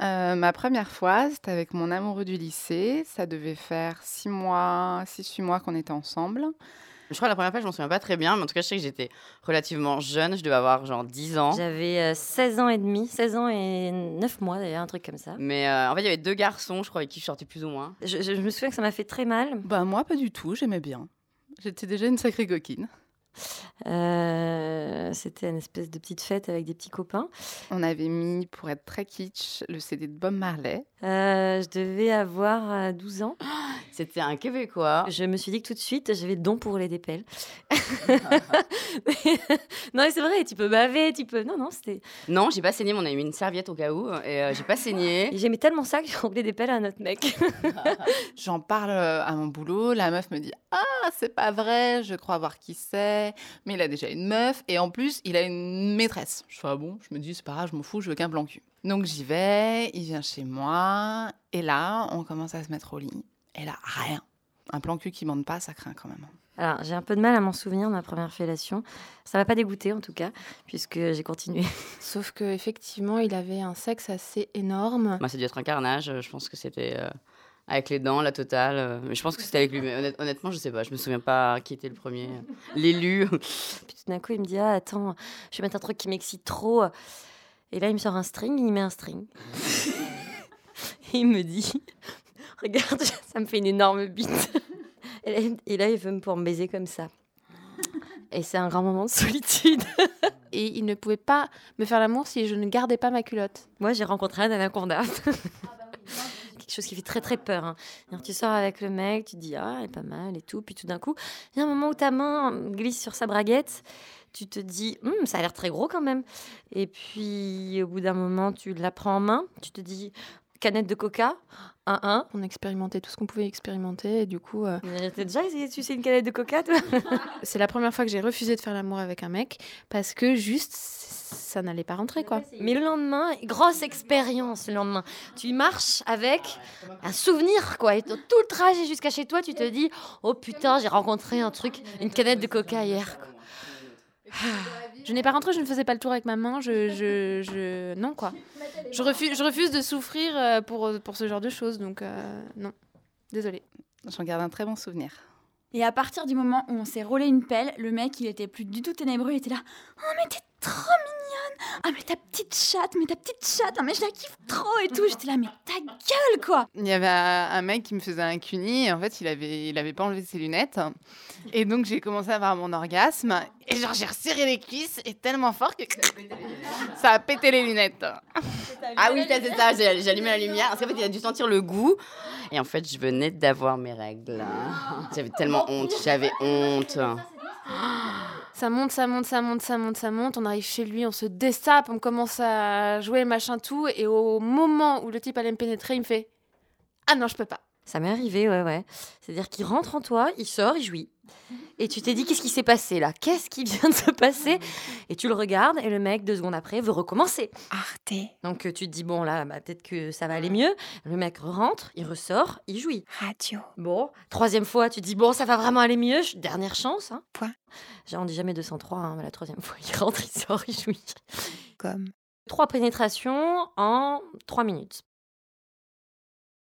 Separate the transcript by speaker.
Speaker 1: Heu, Euh, ma 1re fois, c'était avec mon amoureux du lycée. Ça devait faire 6 mois, 6-8 mois qu'on était ensemble.
Speaker 2: Je crois la 1re fois, je m'en souviens pas très bien, mais en tout cas, je sais que j'étais relativement jeune, je devais avoir genre 10 ans.
Speaker 3: J'avais, heu, 16 ans et demi, 16 ans et 9 mois d'ailleurs, un truc comme ça.
Speaker 2: Mais, heu, en fait, il y avait 2 garçons, je crois, avec qui je sortais plus ou moins.
Speaker 3: Je je je me souviens que ça m'a fait très mal.
Speaker 1: Bah, moi, pas du tout, j'aimais bien. J'étais déjà une sacrée coquine.
Speaker 3: Heu, Euh, c'était une espèce de petite fête avec des petits copains.
Speaker 1: On avait mis, pour être très kitsch, le CD de Bob Marley.
Speaker 3: Heu, Euh, je devais avoir, heu, 12 ans.
Speaker 2: C'était un Québécois.
Speaker 3: Je me suis dit que tout de suite, j'avais le don pour les dépelles. Non, mais c'est vrai, tu peux baver, tu peux non, non, c'était
Speaker 2: Non, j'ai pas saigné, mais on avait mis une serviette au cas où et heu, j'ai pas saigné.
Speaker 3: Et j'aimais tellement ça que j'ai roulé des pelles à un autre mec.
Speaker 1: J'en parle, heu, à mon boulot, la meuf me dit: «Ah, c'est pas vrai, je crois voir qui c'est, mais il a déjà une meuf et en plus, il a une maîtresse». Je fais: «Ah bon?» je me dis: «C'est pas grave, je m'en fous, je veux qu'un plan cul». Donc j'y vais, il vient chez moi et là, on commence à se mettre au lit et là, rien. Un plan cul qui mante pas, ça craint quand même, hein.
Speaker 3: Alors, j'ai un peu de mal à m'en souvenir de ma 1re fellation. Ça m'a pas dégoûtée en tout cas, puisque j'ai continué.
Speaker 4: Sauf qu'effectivement, il avait un sexe assez énorme.
Speaker 2: Bah, ça a dû être un carnage, heu, je pense que c'était, heu, avec les dents, la totale, heu, mais je pense que c'était avec lui, mais honnête honnêtement, je sais pas, je me souviens pas qui était le 1er, l'élu.
Speaker 3: Puis tout d'un coup, il me dit: «Ah attends, je vais mettre un truc qui m'excite trop». Et là, il me sort un string, il met un string. Et il me dit: «Regarde, ça me fait une énorme bite». Et là, il me et là, il veut me pour me baiser comme ça. Et c'est un grand moment de solitude.
Speaker 4: Et il ne pouvait pas me faire l'amour si je ne gardais pas ma culotte.
Speaker 3: Moi, j'ai rencontré un anaconda. Ah bah Quelque chose qui fait très, très peur, hein. Alors tu sors avec le mec, tu te dis: «Ah, elle est pas mal et tout», puis tout d'un coup, il y a un moment où ta main glisse sur sa braguette. Tu te dis: «Mmh, ça a l'air très gros quand même». Et puis, au bout d'un moment, tu la prends en main, tu te dis: «Canette de coca, 1-1».
Speaker 4: On expérimentait tout ce qu'on pouvait expérimenter et du coup, heu
Speaker 3: Mais tu as déjà essayé de sucer une canette de coca, toi?
Speaker 4: C'est la 1re fois que j'ai refusé de faire l'amour avec un mec parce que juste, ç ça n'allait pas rentrer, quoi.
Speaker 3: Mais le lendemain, grosse expérience le lendemain. Tu marches avec un souvenir, quoi, et dans tout le trajet jusqu'à chez toi, tu te dis: «Oh putain, j'ai rencontré un truc, une canette de coca hier, quoi».
Speaker 4: Je n'ai pas rentré, je ne faisais pas le tour avec ma main, je je je non, quoi. Je refu je refuse de souffrir, heu, pour, heu, pour ce genre de choses, donc, heu, non. Désolée.
Speaker 1: J'en garde un très bon souvenir.
Speaker 5: Et à partir du moment où on s'est roulé une pelle, le mec, il était plus du tout ténébreux, il était là: «Oh mais tu es trop mignonne! Ah mais ta petite chatte, mais ta petite chatte, ah mais je la kiffe trop et tout». J'étais là: «Mais ta gueule, quoi!»
Speaker 1: Il y avait un un mec qui me faisait un cuni et en fait, il avait il avait pas enlevé ses lunettes et donc j'ai commencé à avoir mon orgasme et genre j'ai resserré les cuisses et tellement fort que ça a pété les lunettes.
Speaker 2: Ah oui, ça, c'est ça, j'ai j'ai allumé la lumière parce qu'en fait, il a dû sentir le goût et en fait, je venais d'avoir mes règles. J'avais tellement honte, j'avais honte.
Speaker 4: Ça monte, ça monte, ça monte, ça monte, ça monte. On arrive chez lui, on se dessape, on commence à jouer, machin, tout et au moment où le type allait me pénétrer, il me fait: «Ah non, je peux pas».
Speaker 3: Ça m'est arrivé, ouais, ouais. C'est-à-dire qu'il rentre en toi, il sort, il jouit. Et tu t'es dit: «Qu'est-ce qui s'est passé là? Qu'est-ce qui vient de se
Speaker 5: Ah,
Speaker 3: passer?» et tu le regardes et le mec, 2 secondes après, veut recommencer.
Speaker 5: Arte.
Speaker 3: Donc, heu, tu te dis: «Bon là, bah, peut-être que ça va aller mieux». Le mec rentre, il ressort, il jouit.
Speaker 5: Radio.
Speaker 3: Bon, 3e fois, tu te dis: «Bon, ça va vraiment aller mieux, ch dernière chance, hein».
Speaker 5: Point.
Speaker 3: Genre, on dit jamais 203, hein, mais la 3e fois, il rentre, il sort, il jouit.
Speaker 5: Com.
Speaker 3: 3 pénétrations en 3 minutes.